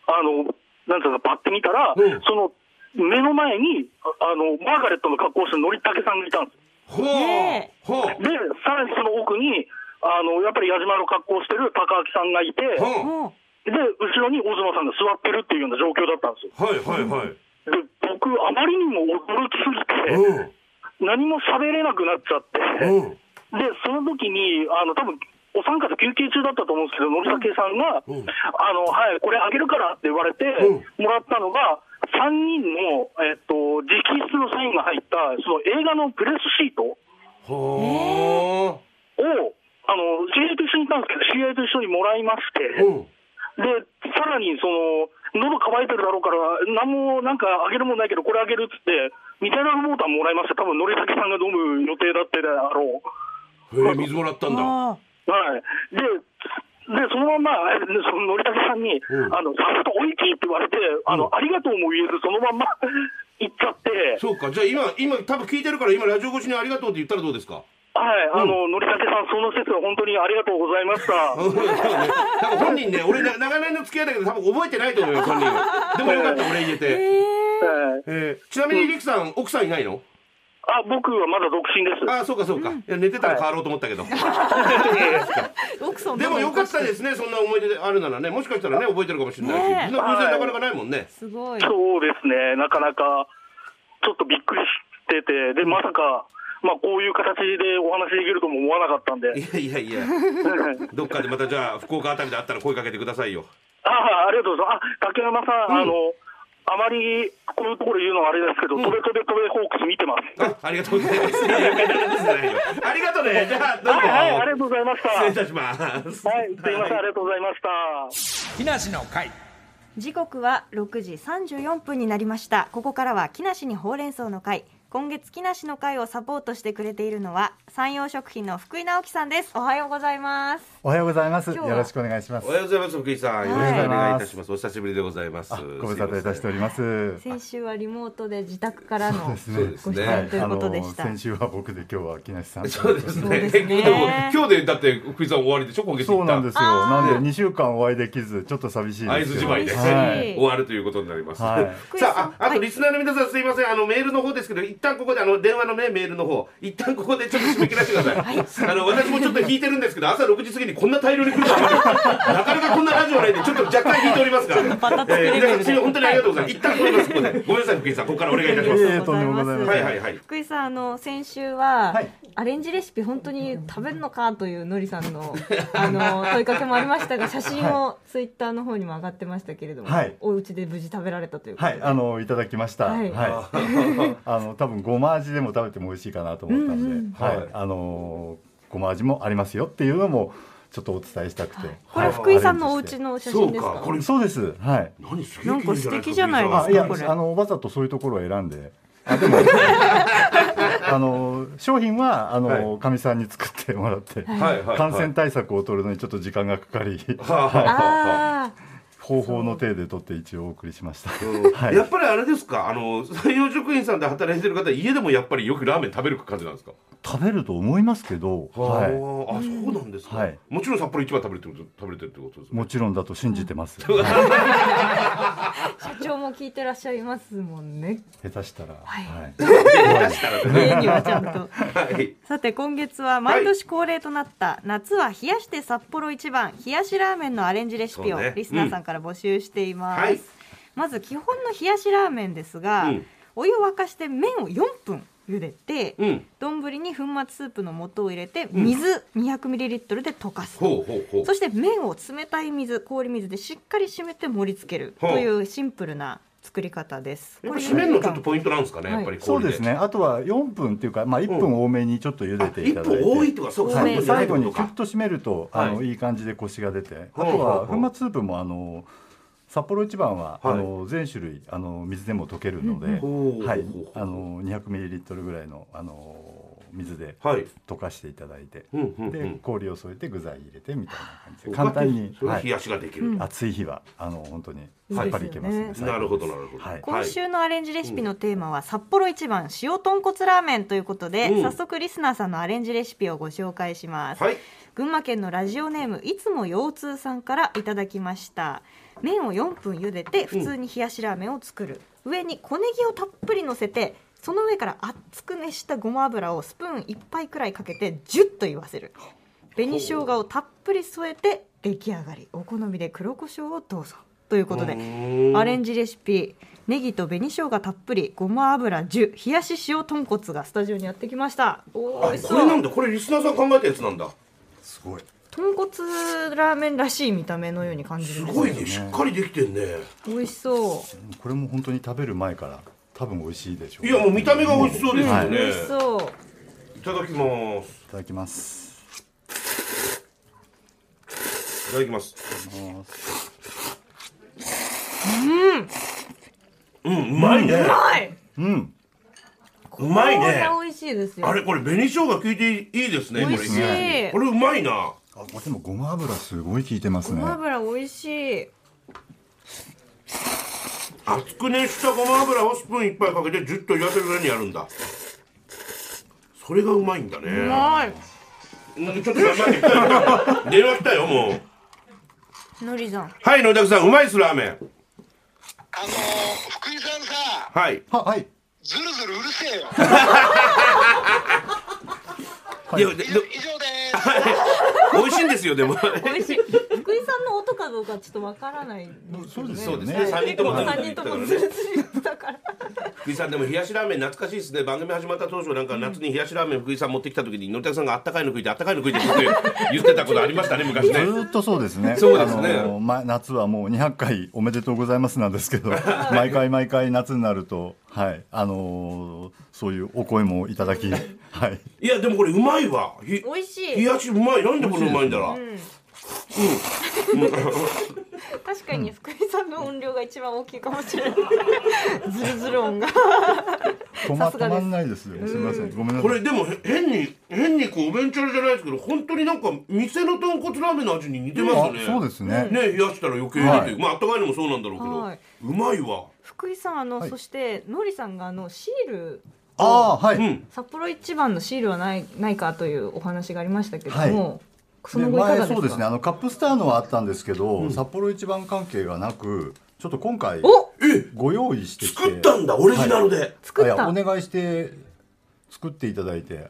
S5: あの、なんていうか、パッて見たら、
S1: うん
S5: その、目の前に、ああの、マーガレットの格好をしたのりたけさんがいたんです。
S1: ほう
S2: ね。
S1: ほう。
S5: で、さらにその奥に、あの、やっぱり矢島の格好をしてる高明さんがいて、
S1: ほう。
S2: おう
S5: で、後ろに小島さんが座ってるっていうような状況だったんですよ。
S1: はいはいはい。
S5: で、僕、あまりにも驚きすぎ
S1: う
S5: て、
S1: ん。
S5: 何も喋れなくなっちゃって、
S1: うん。
S5: で、その時に、あの、多分お三方休憩中だったと思うんですけど、のりたけさんが、
S1: うん
S5: あの、はい、これあげるからって言われて、
S1: う
S5: もらったのが、3人の、えっと、直筆のサインが入った、その映画のプレスシートを、
S1: ほ
S5: あの、知り合いと一緒にいたんですけど、知り合いと一緒にもらいまして、
S1: う。うん。
S5: で、さらにその、喉乾いてるだろうから、なんもなんかあげるもんないけど、これあげるっつって、みたいなモーターもらいました、多分のりたけさんが飲む予定だってだろう。
S1: へえ、水もらったんだ。
S2: あ
S5: はい、で、でそのまんま、えそののりたけさんに、
S1: うん
S5: あのさっとおいきって言われて、あの、
S1: うん
S5: ありがとうも言えず、そのまん ま行っちゃって、
S1: そうか。じゃあ今、今多分聞いてるから、今ラジオ越しにありがとうって言ったらどうですか
S5: はい、あの、のりたけさん、その説は本当にありがとうございました。
S1: うんそうね。多分本人ね、俺な長年の付き合いだけど多分覚えてないと思うよ、本人。でもよかった、俺言え
S2: ー
S1: て。
S2: へー
S5: ええ
S1: えーちなみに、リクさん、奥さんいないの
S5: あ僕はまだ独身です。
S1: ああ、そうかそうか。いや、寝てたら変わろうと思ったけど。
S2: 奥さん
S1: でもよかったですね、そんな思い出であるならね。もしかしたらね、覚えてるかもしれないし。
S2: ねえ
S1: そんな偶然なかなかないもんね。
S2: すごい。
S5: そうですね、なかなかちょっとびっくりしてて、でまさか、まあ、こういう形でお話できるとも思わなかったん で、
S1: いやいやいや。どっかでまたじゃあ、福岡あたりであったら声かけてくださいよ。
S5: ああありがとうございます、あ竹山さん、
S1: うん
S5: あの、あまりこういうところで言うのはあれですけど、
S1: うん
S5: トベトベトベホークス見てます。
S1: あ、ありがとうございます。いやいやめられてないよありがとうね。じゃあ、どうも。
S5: はい、はい、ありがとうございました。
S1: 失礼い
S5: はい、す
S1: たします。
S5: いません、ありがとうございました。
S4: 木梨の会
S2: 時刻は6時34分になりましたここからは木梨にほうれん草の会今月木梨の会をサポートしてくれているのは山陽食品の福井直樹さんですおはようございます
S7: おはようございます。
S2: 今日
S7: よ
S2: は
S7: ろしくお願いします
S1: お。はようございます、福井さん。よろしくお願いいたします。お久しぶりでございます。
S7: ご無沙汰いたしております。
S2: 先週はリモートで自宅からの
S7: すね
S1: そうです
S2: ご出
S1: ね。
S2: 演ということでした、
S7: 先週は僕で今日は木梨さん。
S1: そうです
S2: そう
S1: ね。
S2: ですね
S1: でも 今日でだって福井さん終わりでしょ今月。
S7: そうなんですすよ。なんで二週間お会いできずちょっと寂しい
S1: 会
S7: で
S1: 津
S7: す
S1: じ
S7: けど。
S1: まいで、
S7: はい
S1: 終わるということになります。
S7: はい
S2: 福井さん
S1: さあ、ああと
S2: はい
S1: リスナーの皆さんすいません、あのメールの方ですけど、一旦ここであの電話のねメールの方、一旦ここでちょっと締め切らせてください。 あの私もちょっと引いてるんですけど、朝6時過ぎにこんな大量に来るとは思わなかった なかなかこんなラジオないんで、ちょっと若干引いておりますから、
S2: パタつくレベルで
S1: 皆さんすいません本当にありがとうございます。一旦これますここで、ごめんなさい福井さん、ここからお願いいたしま
S7: いえい
S1: す。
S7: えとんでもございません。
S1: はいはいはい。
S2: 福井さんあの先週は、
S7: はい
S2: アレンジレシピ本当に食べるのかというのりさんのあの問いかけもありましたが写真をツイッターの方にも上がってましたけれども、
S7: はい
S2: お家で無事食べられたということ
S7: は
S2: で、
S7: い、あのいただきました。
S2: は
S7: はいい、 あの多分ごま味でも食べても美味しいかなと思ったんで、
S2: うんうん
S7: はい、
S1: はい
S7: あのごま味もありますよっていうのもちょっとお伝えしたくて。
S2: これ
S7: はい
S2: 福井さんの
S7: ア
S2: お家。
S7: レンジして
S2: の写
S1: そ
S2: 真
S1: う
S2: ですか
S1: か、これ
S7: そうです。はい。
S1: 何す
S2: なんか素敵じゃないですか
S7: あいや
S2: これ
S7: あのわざとそういうところを選んであでも あの商品は
S1: は
S7: あのかみ、さんに作ってもらって、
S1: はいはいはい
S7: 感染対策を取るのにちょっと時間がかかり
S1: はあはあはあはあ
S2: あ
S7: 方法の手で取って一応お送りしました、はい
S1: やっぱりあれですか、あの採用職員さんで働いてる方、家でもやっぱりよくラーメン食べる感じなんですか。
S7: 食べると思いますけど、は
S1: ああそうなんですか、
S7: はい
S1: もちろん札幌一番食べるってこと食べれてるってことです
S7: い、もちろんだと信じてます、
S2: 社長も聞いてらっしゃいますもんね
S7: 下手したら、
S2: はい
S7: はい、
S2: 家にはちゃんと
S1: はい
S2: さて今月は毎年恒例となった夏は冷やして札幌一番冷やしラーメンのアレンジレシピ
S1: そ
S2: を
S1: うね
S2: リスナーさんから募集しています、
S1: はい
S2: まず基本の冷やしラーメンですが、
S1: うん
S2: お湯を沸かして麺を4分茹でて
S1: うん
S2: 丼、に粉末スープの素を入れて水 200ml で溶かす、
S1: ほうほうほう
S2: そして麺を冷たい水氷水でしっかり締めて盛り付ける
S1: ほう
S2: というシンプルな作り方です
S1: やっぱ
S2: こ
S1: 締
S2: れ
S1: めるのちょっとポイントなんですかね、
S2: はい
S1: やっぱり
S7: そう
S1: 氷
S7: ですねあとは4分っていうか、まあ、1分多めにちょっと茹
S1: あ
S7: でてい
S1: 一
S7: ただいて、
S1: 歩多いとかそうか
S2: 多め
S1: 三分じゃないっ
S7: 最後最
S1: て
S7: 後
S1: こ
S7: に
S1: と
S7: キュ
S1: か
S7: ッと締めると、
S1: はい
S7: あのいい感じでコシが出てあ
S1: ほう
S7: とは
S1: ほうほう
S7: 粉末スープもあの札幌一番は、
S1: はい
S7: あの全種類あの水でも溶けるので、
S1: ほう
S7: はい
S1: ほうほう、
S7: あの200ミリリットルぐらいのあの水で
S1: はい
S7: 溶かしていただいて、
S1: うんうんうん
S7: で氷を添えて具材入れてみたいな感じで
S1: お
S7: 簡単に、
S1: それ
S7: は
S1: で冷
S7: い、
S1: やしができる、
S2: うん
S7: 暑い日はあの本当にさ
S2: い
S7: っ
S2: いで
S7: ぱ
S2: すよね
S7: りいけますんで最高
S1: なるほどなるほど、
S7: はい
S2: 今週のアレンジレシピのテーマは札幌一番塩豚骨ラーメンということで、
S1: うん
S2: 早速リスナーさんのアレンジレシピをご紹介します、
S1: はい
S2: 群馬県のラジオネームいつも腰痛さんからいただきました麺を4分茹でて普通に冷やしラーメンを作る、上に小ネギをたっぷり乗せてその上から熱く熱したごま油をスプーン1杯くらいかけてジュッと言わせる紅生姜をたっぷり添えて出来上がりお好みで黒胡椒をどうぞということで
S1: うん
S2: アレンジレシピネギと紅生姜たっぷりごま油10冷やし塩豚骨がスタジオにやってきましたおー美味し
S1: これ
S2: そ
S1: なん
S2: う
S1: だこれリスナーさん考えたやつなんだ
S7: すごい
S2: 豚骨ラーメンらしい見た目のように感じ
S1: す
S2: るんです
S1: ごいねしっかりできてんね
S2: 美味しそ
S7: これも本当に食べる前から多分美味しいでしょう
S1: い
S7: ね、
S1: やもう見た目が美味しそうですよ
S2: う、
S1: ね、
S2: 美味し
S1: い、
S2: そう
S1: ただきます
S7: いただきます
S1: いただきますうんうんうまいね
S2: うまい
S7: うん
S1: うまいね
S2: こんな美味しいですよ
S1: あれこれ紅生姜効いていいですね
S2: 美味し
S1: これ
S2: い
S1: これうまいな
S7: あでもごま油すごい効いてます
S2: ご
S7: ね
S2: ま油美味しい
S1: 熱く熱したごま油をスプーン一杯かけてジュッとやせるぐらいにやるんだそれがうまいんだね
S2: うまい
S1: なんかちょっと頑張ってきたよ電話来たよもう
S2: のりさん
S1: はい野田さんうまいですラーメン
S3: あのー福井さんさ、
S1: はい
S7: ははい
S3: ずるずるうるせえよ。
S1: いや
S3: 以
S1: で
S3: 上以上です。
S1: 美味しいんですよでも
S2: 美味しい福井さんの音かどうかちょっとわからない
S7: そうです
S1: そう
S7: よ
S1: で
S7: ね
S1: すね三人ともずるずる
S2: 3
S1: 言ってた
S2: 人
S1: か
S2: と
S1: ら
S2: も
S1: ね
S2: ずるずる言ってたから
S1: 福井さんでも冷やしラーメン懐かしいですね番組始まった当初なんか夏に冷やしラーメン福井さん持ってきた時に野田さんがあったかいの食いてあったかいの食いてって言ってたことありましたね昔
S7: ず
S1: ね
S7: ーっとそうですね。
S1: そうですね
S7: あのま夏はもう200回おめでとうございますなんですけど、毎回毎回夏になると、はい、あのーそういうお声もいただ き、はい、
S1: いやでもこれうまいわひ
S2: 美味しい
S1: 冷やしうまいなんでこれうまいんだろう
S2: 確かに福井さんの音量が一番大きいかもしれない。 ズルズル音が。
S7: 止ま
S2: さす
S7: 止
S2: がです
S7: まんないですよ。すみません、ごめんな
S1: こ
S7: さい。
S1: れでもへ変に変にこうお弁当じゃないですけど本当になんか店の豚骨ラーメンの味に似てます
S7: あ
S1: ね、
S7: そうですね。
S1: ね冷やしたら余計にという、まああったかいのもそうなんだろうけど、
S2: はいう
S1: まいわ
S2: 福井さん、あの、
S7: はい
S2: そして、のりさんが、あの、シール。
S7: ああー、はい。
S1: うん
S2: 札幌一番のシールはない、ないかというお話がありましたけども。
S7: は
S2: そ
S7: で
S2: の後いかがで
S7: 前
S2: すか。
S7: そうですねあのカップスターのはあったんですけど、札幌一番関係がなくちょっと今回
S2: お、
S1: え
S7: ご用意してきて
S1: 作ったんだオリジナルで、
S2: 作った
S7: あいやお願いして作っていただいて、はい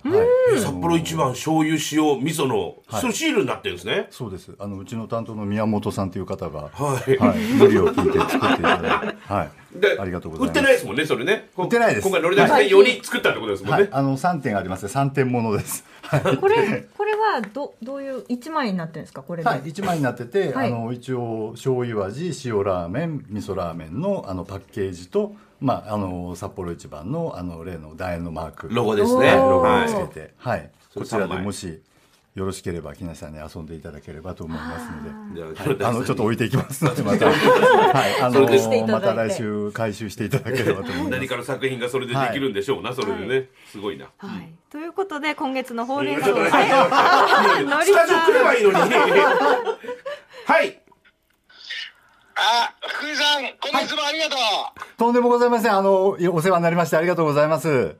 S1: え札幌一番醤油塩味噌の、そのシールになってるんですね
S7: そうです。あのうちの担当の宮本さんという方が、
S1: はい
S7: はい、無理を聞いて作っていただいて、はい、
S1: で
S7: ありがとうございます。
S1: 売ってないですもんねそれね売
S7: 売ってないです
S1: 今回ロリダーでより作ったってことですもん
S7: は
S1: ね、
S7: い、あの三点ありますね。三点ものです。はい
S2: これ、これは、ど、どういう、一枚になってるんですか、これで。
S7: はい、一枚になってて、
S2: はい
S7: あの一応醤油味、塩ラーメン、味噌ラーメンのあのパッケージと、まああの札幌一番のあの例の楕円のマーク、
S1: ロゴですね
S7: はいロゴ
S1: は
S7: を
S1: い
S7: つけて、はい、
S1: それ
S7: こちら
S1: 三
S7: で
S1: 枚
S7: もしよろしければ木梨さんに遊んでいただければと思いますので。
S1: じゃあ
S7: はい、あのちょっ
S1: ロ
S7: と置いていきますのでまた、はい、あの
S1: そうです
S7: また来週回収していただければと思
S1: リダーさんに
S7: いま
S1: 何
S7: す。
S1: かの作品がそれでできるんでしょうな、それでね、すごいな
S2: はい。ということで、今月のほうれん
S1: ち
S2: 草
S1: ょっと
S2: を。
S1: ね
S2: えあ ーのり
S1: スタジオ
S2: さ
S1: 来ればい
S2: ん。
S1: いのに。はい。
S3: あ、福井さん、今月もありがとう。
S7: とんでもございません。あのいお世話になりましてありがとうございます。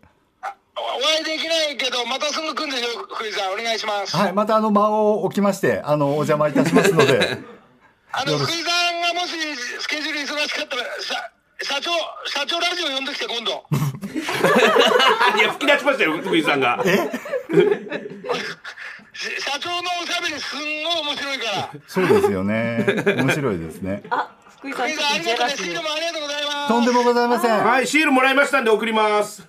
S3: お会いできないけど、またすぐ来るんでしょ、福井さん、お願いします。
S7: はい、またあの間を置きまして、あのお邪魔いたしますので。
S3: あの、福井さんがもしスケジュール忙しかったら、さ社長、社長ラジオ呼んできて、今度。
S1: いや、吹き出しましたよ、福井さんが。
S3: し社長のおしゃべりすんごい面白いから。
S7: そうですよね。面白いですね。
S2: あ、福井さん
S3: 福井
S2: ちょ
S3: さん、あ
S2: っと
S3: り
S2: ジェラシ
S3: がとうね。シー
S2: ー
S3: ル。もありがとうございます。
S7: とんでもございません。
S1: はい、シールもらいましたんで送ります。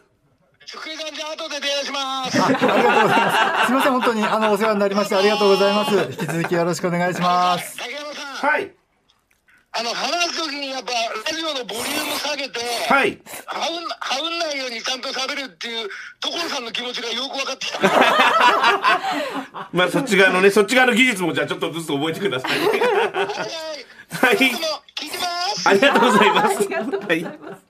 S3: 福井さん、じゃあ後で提案します。
S7: ありがとうございます。すみません、本当にあのお世話になりましてありがとうございます。引き続きよろしくお願いします。
S3: 竹山さん、
S1: はい。
S3: あの、話すときにやっぱ、ラジオのボリューム下げて、
S1: は。い。
S3: はうん、はうんないようにちゃんと喋るっていう、所さんの気持ちがよく分かってきた。
S1: まあ、そっち側のね、そっち側の技術も、じゃあちょっとずつ覚えてください。
S3: は
S1: はい
S3: い。いつも聞いてま す。
S1: ありがとうございます。
S2: ありがとうございます。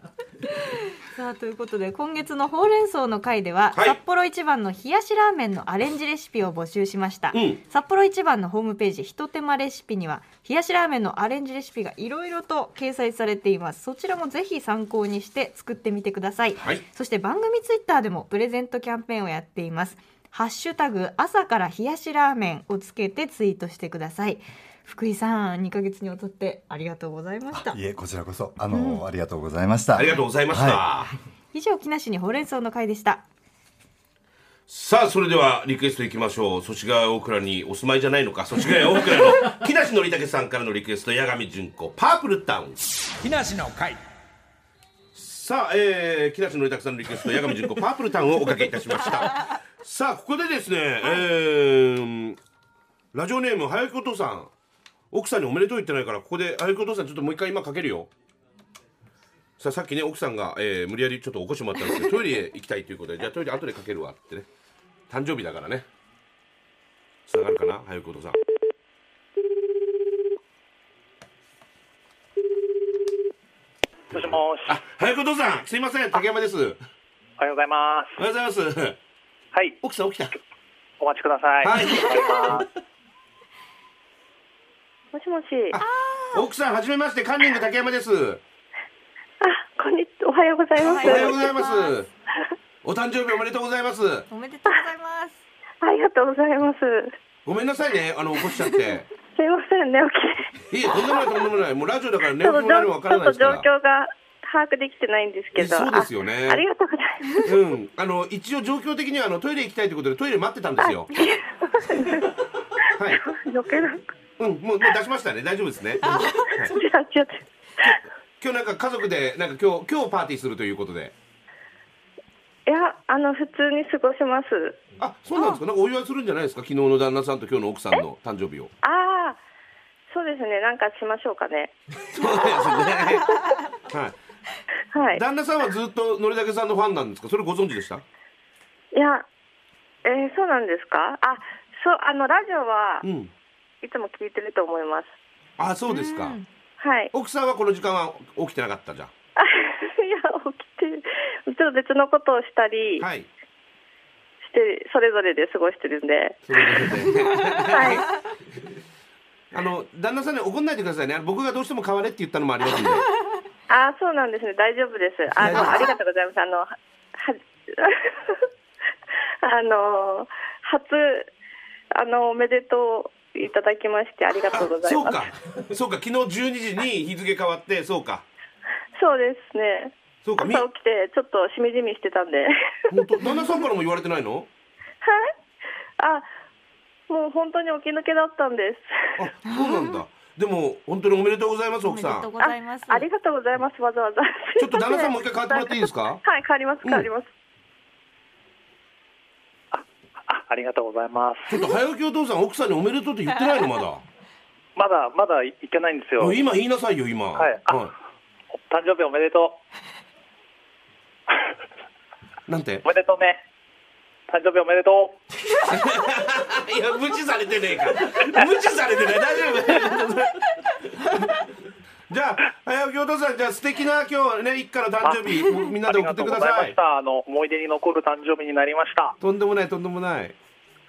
S2: さあということで今月のほうれん草の会では、
S1: はい
S2: 札幌一番の冷やしラーメンのアレンジレシピを募集しました、
S1: うん
S2: 札幌一番のホームページひと手間レシピには冷やしラーメンのアレンジレシピがいろいろと掲載されていますそちらもぜひ参考にして作ってみてください、
S1: はい
S2: そして番組ツイッターでもプレゼントキャンペーンをやっていますハッシュタグ朝から冷やしラーメンをつけてツイートしてください福井さん2ヶ月にわたってありがとうございました
S7: いえ、こちらこそ、あの、ありがとうございました。
S1: ありがとうございました。
S7: は
S2: 以上木梨にほうれん草の会でした
S1: さあ、それではリクエストいきましょう。祖師ヶ谷大倉にお住まいじゃないのか。祖師ヶ谷大倉の木梨憲武さんからのリクエスト、八神純子、パープルタウン。
S8: 木梨の会
S1: さあ、えー、木梨憲武さんのリクエスト、八神純子、パープルタウンをおかけいたしま した。さあ、ここでですね、えー、ラジオネーム、早木お父さん。奥さんにおめでとう言ってないから、ここで、早木お父さん、ちょっともう一回今かけるよ。さあ、さっきね、奥さんが、えー、無理やりちょっと起こしてもらったんですけ ど、トイレへ行きたいということで、じゃあトイレ後でかけるわってね。誕生日だからね。つながるかな早くお父さん。
S6: もしもし。
S1: あ、早くお父さん、すいません、竹山です。おはよ
S6: おはようございます。
S1: うございます。
S6: はい。
S1: 奥さん起きた。
S6: お待ちください。
S1: はい
S6: おはようございます。
S9: もしもし。あ、
S1: 奥さん、はじめまして、カンニング竹山です。お
S9: こんにちは。おはようございます。
S1: はようございます。お誕生日おめでとうございます。
S2: おめでとうございます
S9: ありがとうございます。
S1: ごめんなさいね、あの、起こしち ゃって。
S9: すいません、寝起
S1: いえ、とんでもない、とんでもない。もうラジオだから
S9: き。
S1: ね、
S9: ちょっと
S1: もなる
S9: 状
S1: わからない
S9: ち
S1: で
S9: ょっと
S1: す
S9: 状
S1: から。
S9: 況が把握できてないんですけど。
S1: そうですよね
S9: あありがとうございます。
S1: うん、あの、一応状況的には、あの、トイレ行きたいということで、トイレ待ってたんですよ。はい。
S9: 余計な。
S1: うん、もう、もう出しましたね、大丈夫ですね。はい
S9: 違う違う。
S1: 今日なんか家族で、なんか今日、今日パーティーするということで。
S9: いや、あの、普通に過ごします。
S1: あ、そうなんですか。なんかお祝いするんじゃないですか。昨日の旦那さんと今日の奥さんの誕生日を。
S9: ああ、そうですね。なんかしましょうかね。
S1: そうですね。は。
S9: はいい。
S1: 旦那さんはずっとのりだけさんのファンなんですか。それご存知でした。
S9: いや、えーそうなんですかあ、そう、あの、ラジオは
S1: う、ん。
S9: いつも聞いてると思います。
S1: あ、そうですか。
S9: はい。
S1: 奥さんはこの時間は起きてなかったじゃん。
S9: あいや、起きて、ちょっと別のことをしたり、
S1: はい。
S9: してそれぞれで過ごしてるんで、
S1: そういうことで
S9: はい、
S1: あの旦那さんに怒んないでくださいね。あの僕がどうしても変われって言ったのもありますんで。
S9: あーそうなんですね、大丈夫です、あのありがとうございます、あのは はあの初あの、おめでとういただきまして、ありがとうござい
S1: そう
S9: ます、
S1: か。そうか。昨日12時に日付変わって、そうか。
S9: そうですね、
S1: そうか。み
S9: 朝起きて、ちょっとしみじみしてたんで、
S1: 本当旦那さんからも言われてないの？
S9: あもう本当に起き抜けだったんです。
S1: あ、そうなんだ。でも本当におめでとうございます
S2: お
S1: 奥
S2: め
S1: さ
S2: で
S1: ん。
S2: とうございます
S9: あありがとうございます、わざわざ。
S1: ちょっと旦那さんもう一回変わってもらっていいですか
S9: はい、変わります、変わります。
S6: あありがとうございます。
S1: ちょっと早起きお父さん奥さんにおめでとうって言ってないのまだ。
S6: まだまだ行ってないんですよ。
S1: お今言いなさいよ今。
S6: はいあ誕生日おめでと
S1: いなんて
S6: う。お。めでとうね。誕生日おめでとう。
S1: いや無視されてねえか。無視されてない大丈夫。じゃあ早起きお父さんじゃあ素敵な今日ね一家の誕生日みんなで送ってくださ
S6: ありがとうございま
S1: い
S6: し。た。あの思い出に残る誕生日になりました。
S1: とんでもないとんでもない。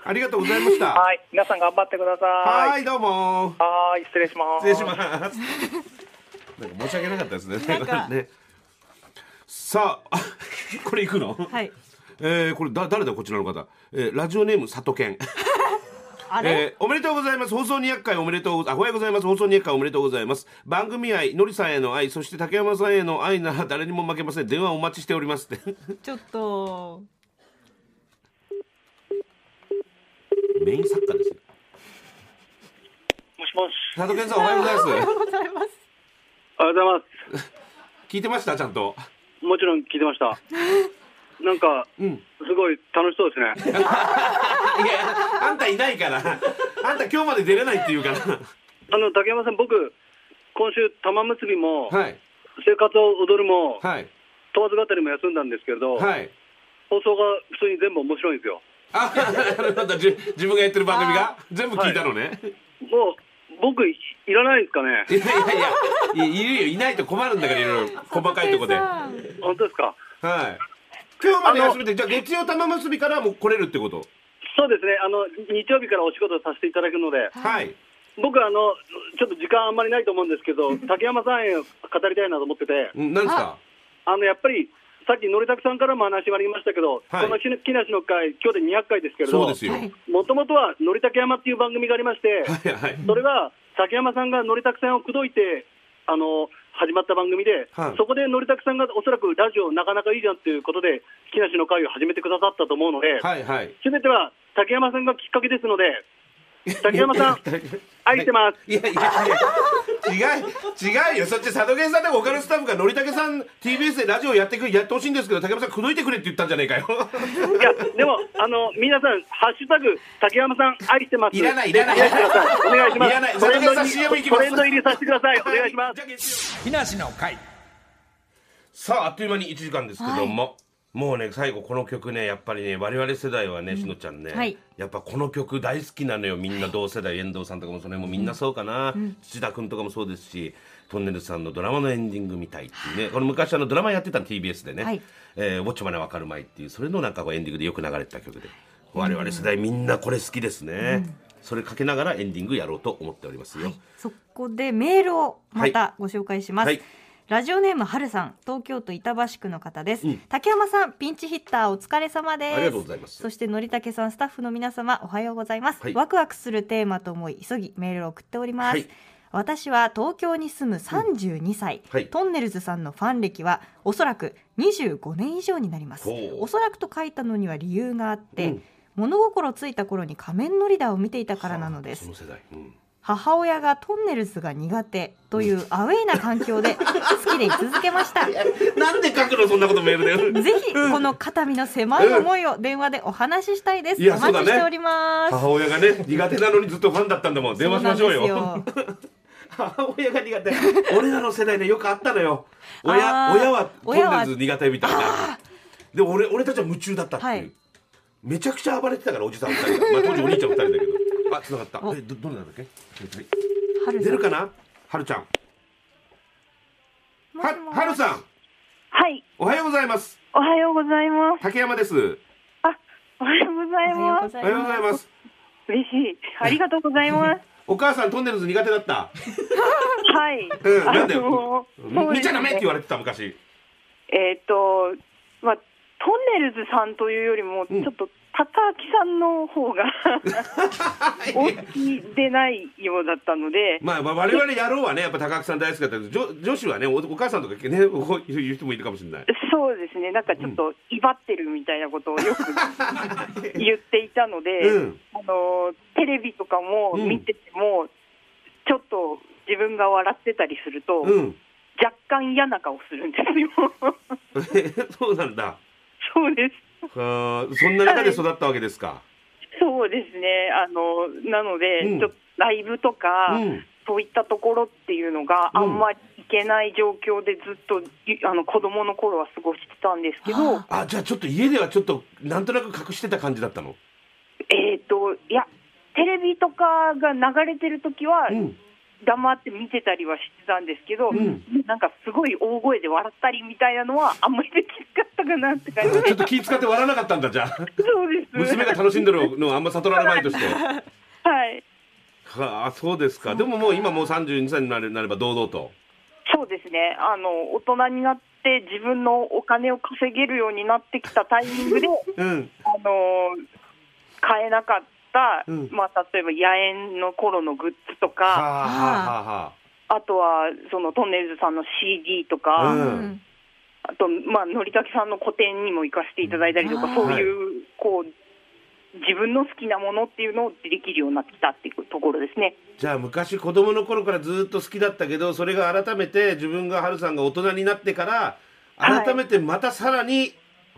S1: ありがとうございました。は
S6: はい、皆さん頑張ってくださ
S1: い
S6: い。
S1: どうも。
S6: はい、失礼します。
S1: 失礼します。なんか申し訳なかったですね。
S2: なんか
S1: ね。さあ、あこれ行くの？
S2: はい
S1: えーこれだ誰だこちらの方、えーラジオネーム里健
S2: あれ、
S1: えーおめでとうございます放送200回おめでとうごあおはようございます放送200回おめでとうございます番組愛のりさんへの愛そして竹山さんへの愛なら誰にも負けません電話お待ちしておりますって
S2: ちょっと
S1: メイン作家ですね
S10: もしもし。
S1: 里健さんおはようございます
S2: ありがとうございます
S10: ありがとうございま
S1: 聞いてましたちゃんと
S10: す。もちろん聞いて ました。なんか、
S1: うん
S10: すごい楽しそうです
S1: い
S10: ね。
S1: やいやあんたいないからあんた今日まで出れないって言うから
S10: あの、竹山さん、僕、今週、玉結びも、
S1: はい
S10: 生活を踊るも、
S1: はい
S10: 問わず語りも休んだんですけれど、
S1: はい
S10: 放送が普通に全部面白いんですよ。
S1: あなるほどじ自分がやってる番組が全部聞いたのね、
S10: もう、僕、いいらないですかね
S1: い、。やいやいやいいるよいないと困るんだからいろいろ細かいとこではい
S2: 里健さん
S10: 本当ですか。
S1: 今日まで休みでじゃあ月曜玉結びからもう来れるってこと
S10: そうですね、あの、日曜日からお仕事させていただくので、
S1: はい
S10: 僕、あの、ちょっと時間あんまりないと思うんですけど、竹山さんへ語りたいなと思ってて、
S1: うんなんですか
S10: あの、やっぱり、さっき、のりたくさんからも話もありましたけど、
S1: はい
S10: この木梨の会、今日で200回ですけれど、
S1: そうですよはい
S10: もともとは、のりたけ山っていう番組がありまして、
S1: はいはい
S10: それが、竹山さんがのりたくさんを口説いて、あの、始まった番組で、
S1: はい
S10: そこでのりたくさんがおそらくラジオなかなかいいじゃんということで、木梨の会を始めてくださったと思うので、
S1: はいはい
S10: すべては竹山さんがきっかけです ので、竹山さん、愛してます。
S1: いやいやいや違う違うよそっち佐渡源さんでも他のスタッフがのりたけさん TBS でラジオやってくやってほしいんですけど竹山さん口説いてくれって言ったんじゃねえかよ
S10: いや、でも、あの、皆さん、ハッシュタグ、竹山さん、愛してます。
S1: いらないいらない
S10: お願いします。
S1: いらない
S10: トレ
S1: 竹
S10: ンド
S1: 山さん CM 行きます
S10: トレンド入りさせてください。お願いします
S1: じゃ。あ月曜
S5: 木梨の会
S1: さああっという間に1時間ですけども、もうね最後この曲ねやっぱりね我々世代はね、しのちゃんね、
S2: はい
S1: やっぱこの曲大好きなのよみんな同世代遠藤さんとかもそれもみんなそうかな、土田君とかもそうですしトンネルズさんのドラマのエンディングみたいっていうねこれ昔あのドラマやってたの TBS でね「
S2: はい
S1: えーウォッチマネわかるまい」っていうそれのなんかこうエンディングでよく流れてた曲で我々世代みんなこれ好きですね、それかけながらエンディングやろうと思っておりますよ、
S2: そこでメールをまたご紹介します。
S1: はい
S2: ラジオネームはるさん、東京都板橋区の方です。
S1: うん
S2: 竹山さん、ピンチヒッターお疲れ様です。
S1: ありがとうございます
S2: そしてのりたけさん、スタッフの皆様、おはようございます。
S1: はい
S2: ワクワクするテーマと思い、急ぎメールを送っております。
S1: はい
S2: 私は東京に住む32歳、
S1: はい
S2: トンネルズさんのファン歴はおそらく25年以上になります
S1: ほう
S2: おそらくと書いたのには理由があって、
S1: うん
S2: 物心ついた頃に仮面のリダーを見ていたからなのです
S1: その世代、うん
S2: 母親がトンネルズが苦手というアウェイな環境で好きで居続け ました。ぜ
S1: なんで書くのそんなことメールで
S2: ひこの肩身の狭い思いを電話でお話ししたいです。
S1: いや
S2: お
S1: そうだ
S2: 待
S1: ね
S2: ちしております。
S1: 母親がね苦手なのにずっとファンだったんだもん電話しましょうよ
S2: そう なんですよ
S1: 母親が苦手 俺らの世代ねよくあったのよ親
S2: あー
S1: 親はとり
S2: 親は
S1: あえず苦手みたいなで俺俺たちは夢中だったっていう、
S2: はい
S1: めちゃくちゃ暴れてたからおじさん二人が、まあ、当時お兄ちゃん二人だけ どあ繋がった
S2: お
S1: えどどれなんだっけはいはい
S2: はる
S1: 出るかなはるちゃん
S2: もし
S1: は
S2: も
S1: はるさん
S11: はい、
S1: おはようございます
S11: おはようございます。
S1: 竹山です
S11: あ、おはようござい
S2: おはようご
S11: ます。
S2: ざ
S1: お
S2: い
S1: はようござい
S2: ま
S1: ます
S11: 嬉しい。ありがとうございます。
S1: お母さんトンネルズ苦手だった
S11: はい。
S1: うんなんだ
S11: あの
S1: よ
S11: そう
S1: 見
S11: で
S1: ち
S11: す
S1: ゃダメって
S11: ね
S1: 言われてた昔
S11: えーっと、まあ、トンネルズさんというよりも、ち
S1: うん
S11: ょっと、高木さんの方がお好きでないようだったので、
S1: まあ、まあ我々野郎はね、やっぱ高木さん大好きだったけど、女女子はねお、お母さんとかね、こういう人もいるかもしれない。
S11: そうですね、なんかちょっと威張ってるみたいなことをよく言っていたので、
S1: うん
S11: あのテレビとかも見てても、ちょっと自分が笑ってたりすると、
S1: うん。
S11: 若干嫌な顔するんですよ。
S1: そうなんだ。
S11: そうです
S1: あーそんな中で育ったわけですか。
S11: そうですね、あのなので、
S1: うん
S11: ちょっとライブとか、
S1: うん
S11: そういったところっていうのが
S1: うん
S11: あんまり行けない状況で、ずっといあの子供の頃は過ごしてたんですけど、
S1: あ、じゃあちょっと家ではちょっと、なんとなく隠してた感じだったの。
S11: えー、といや、テレビとかが流れてるときは、
S1: うん。
S11: 黙って見てたりはしてたんですけど、
S1: ん
S11: なんかすごい大声で笑ったりみたいなのは、あんまりできなかったかなって 感じ
S1: ちょっと気使って笑わなかったんだ、じ ゃあ。
S11: そうです。
S1: 娘が楽しんでるのをあんま悟られまいとして。
S11: はい。
S1: はあ、そうですか。でももう今もう32歳になれなれば堂々と。
S11: そうですね。あの、大人になっして自分のお金を稼げるようになってきたタイミン グで、
S1: うん。
S11: あの買えなかった、
S1: うん
S11: まあ、例えば野縁の頃のグッズと
S1: はあ
S11: か、
S1: はあは
S11: あとはそのトンネルズさんの CD とか、
S1: うん
S2: うん
S11: あと、まあ、のりたけさんの個展にも行かせていただいたりと
S2: あ
S11: か、
S2: ー
S11: そういう、こう、自分の好きなものっていうのをできるようになってきたっていうところですね。
S1: あ。じゃあ昔子供の頃からずっと好きだったけどそれが改めて自分が春さんが大人になってから
S11: はい
S1: 改めてまたさらに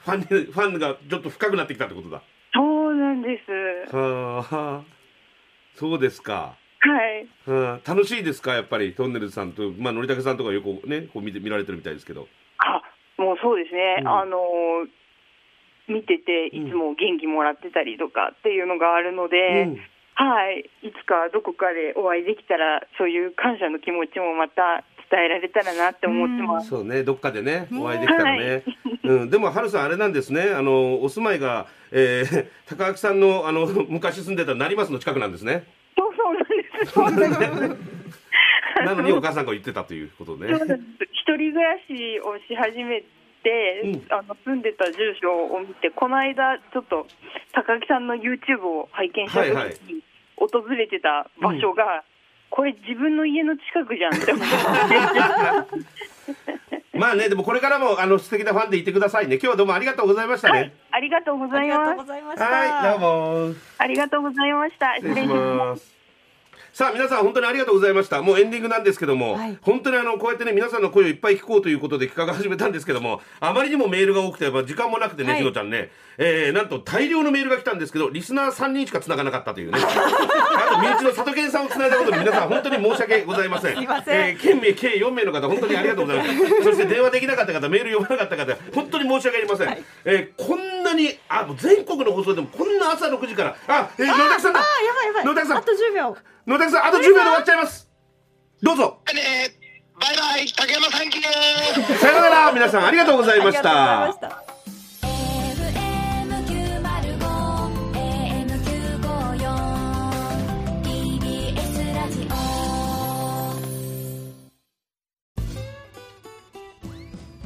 S1: ファンにファンがちょっと深くなってきたってことだ。
S11: そうなんで
S1: は
S11: す。
S1: あはあ。そうですか。
S11: はい。
S1: うん、楽しいですかやっぱりトンネルズさんと、まあ、のりたけさんとかよくねこう見て見られてるみたいですけど
S11: あ、もうそうですね。
S1: うん
S11: あのー見てて、
S1: うん
S11: いつも元気もらってたりとかっていうのがあるの
S1: う
S11: で、
S1: ん
S11: はい。いつかどこかでお会いできたら、そういう感謝の気持ちもまた伝えられたらなって思ってます。
S1: そうねどっかでね
S2: ね
S1: お会いできたらね、うん、でもはるさんあれなんですねあのお住まいが、えー、高木さんのあの昔住んでた成増の近くなんですね
S11: そうそうな んです。そうなんです。
S1: なのにお母さんが言ってたということね
S11: そうなんです一人暮らしをし始めて、
S1: うん
S11: あの住んでた住所を見て、この間、ちょっと高木さんの YouTube を拝見した時に、
S1: はいはい
S11: 訪れてた場所が、これ、自分の家の近くじゃんって思って、
S1: まあねでもこれからもあの素敵なファンでいてくださいね今日はどうもありがとうございましたね、
S11: ありがとうご
S2: あ
S11: ざ
S2: り
S11: い
S2: がとう
S11: ま
S2: ご
S11: す。
S2: ざいました。
S1: はいどうも
S11: ありがとうございました。
S1: 失礼します。さあ皆さん本当にありがとうございましたもうエンディングなんですけども、
S2: はい
S1: 本当にあのこうやってね皆さんの声をいっぱい聞こうということで企画始めたんですけどもあまりにもメールが多くてやっぱ時間もなくてね、
S2: はい
S1: しのちゃんね、えー、なんと大量のメールが来たんですけどリスナー3人しか繋がなかったという ねあと身内の里健さんを繋いだことに皆さん本当に申し訳ございません
S2: いません
S1: えー県名計4名の方本当にありがとうございます そして電話できなかった方メール読まなかった方本当に申し訳ありません、えーこんなにあもう全国の放送でもこんな朝6時からあえー、野田さん
S2: あ
S1: だ
S2: ーやばいやばい。
S1: 野田さん
S2: あと10秒。
S1: 野田さんあと10秒で終わっちゃいますどうぞ
S3: ねバイバイ竹山さんきです
S1: さようなら皆さんありがとうございまし
S2: ありがとうござい
S1: た
S2: ました。
S4: AM905 TBS ラジオ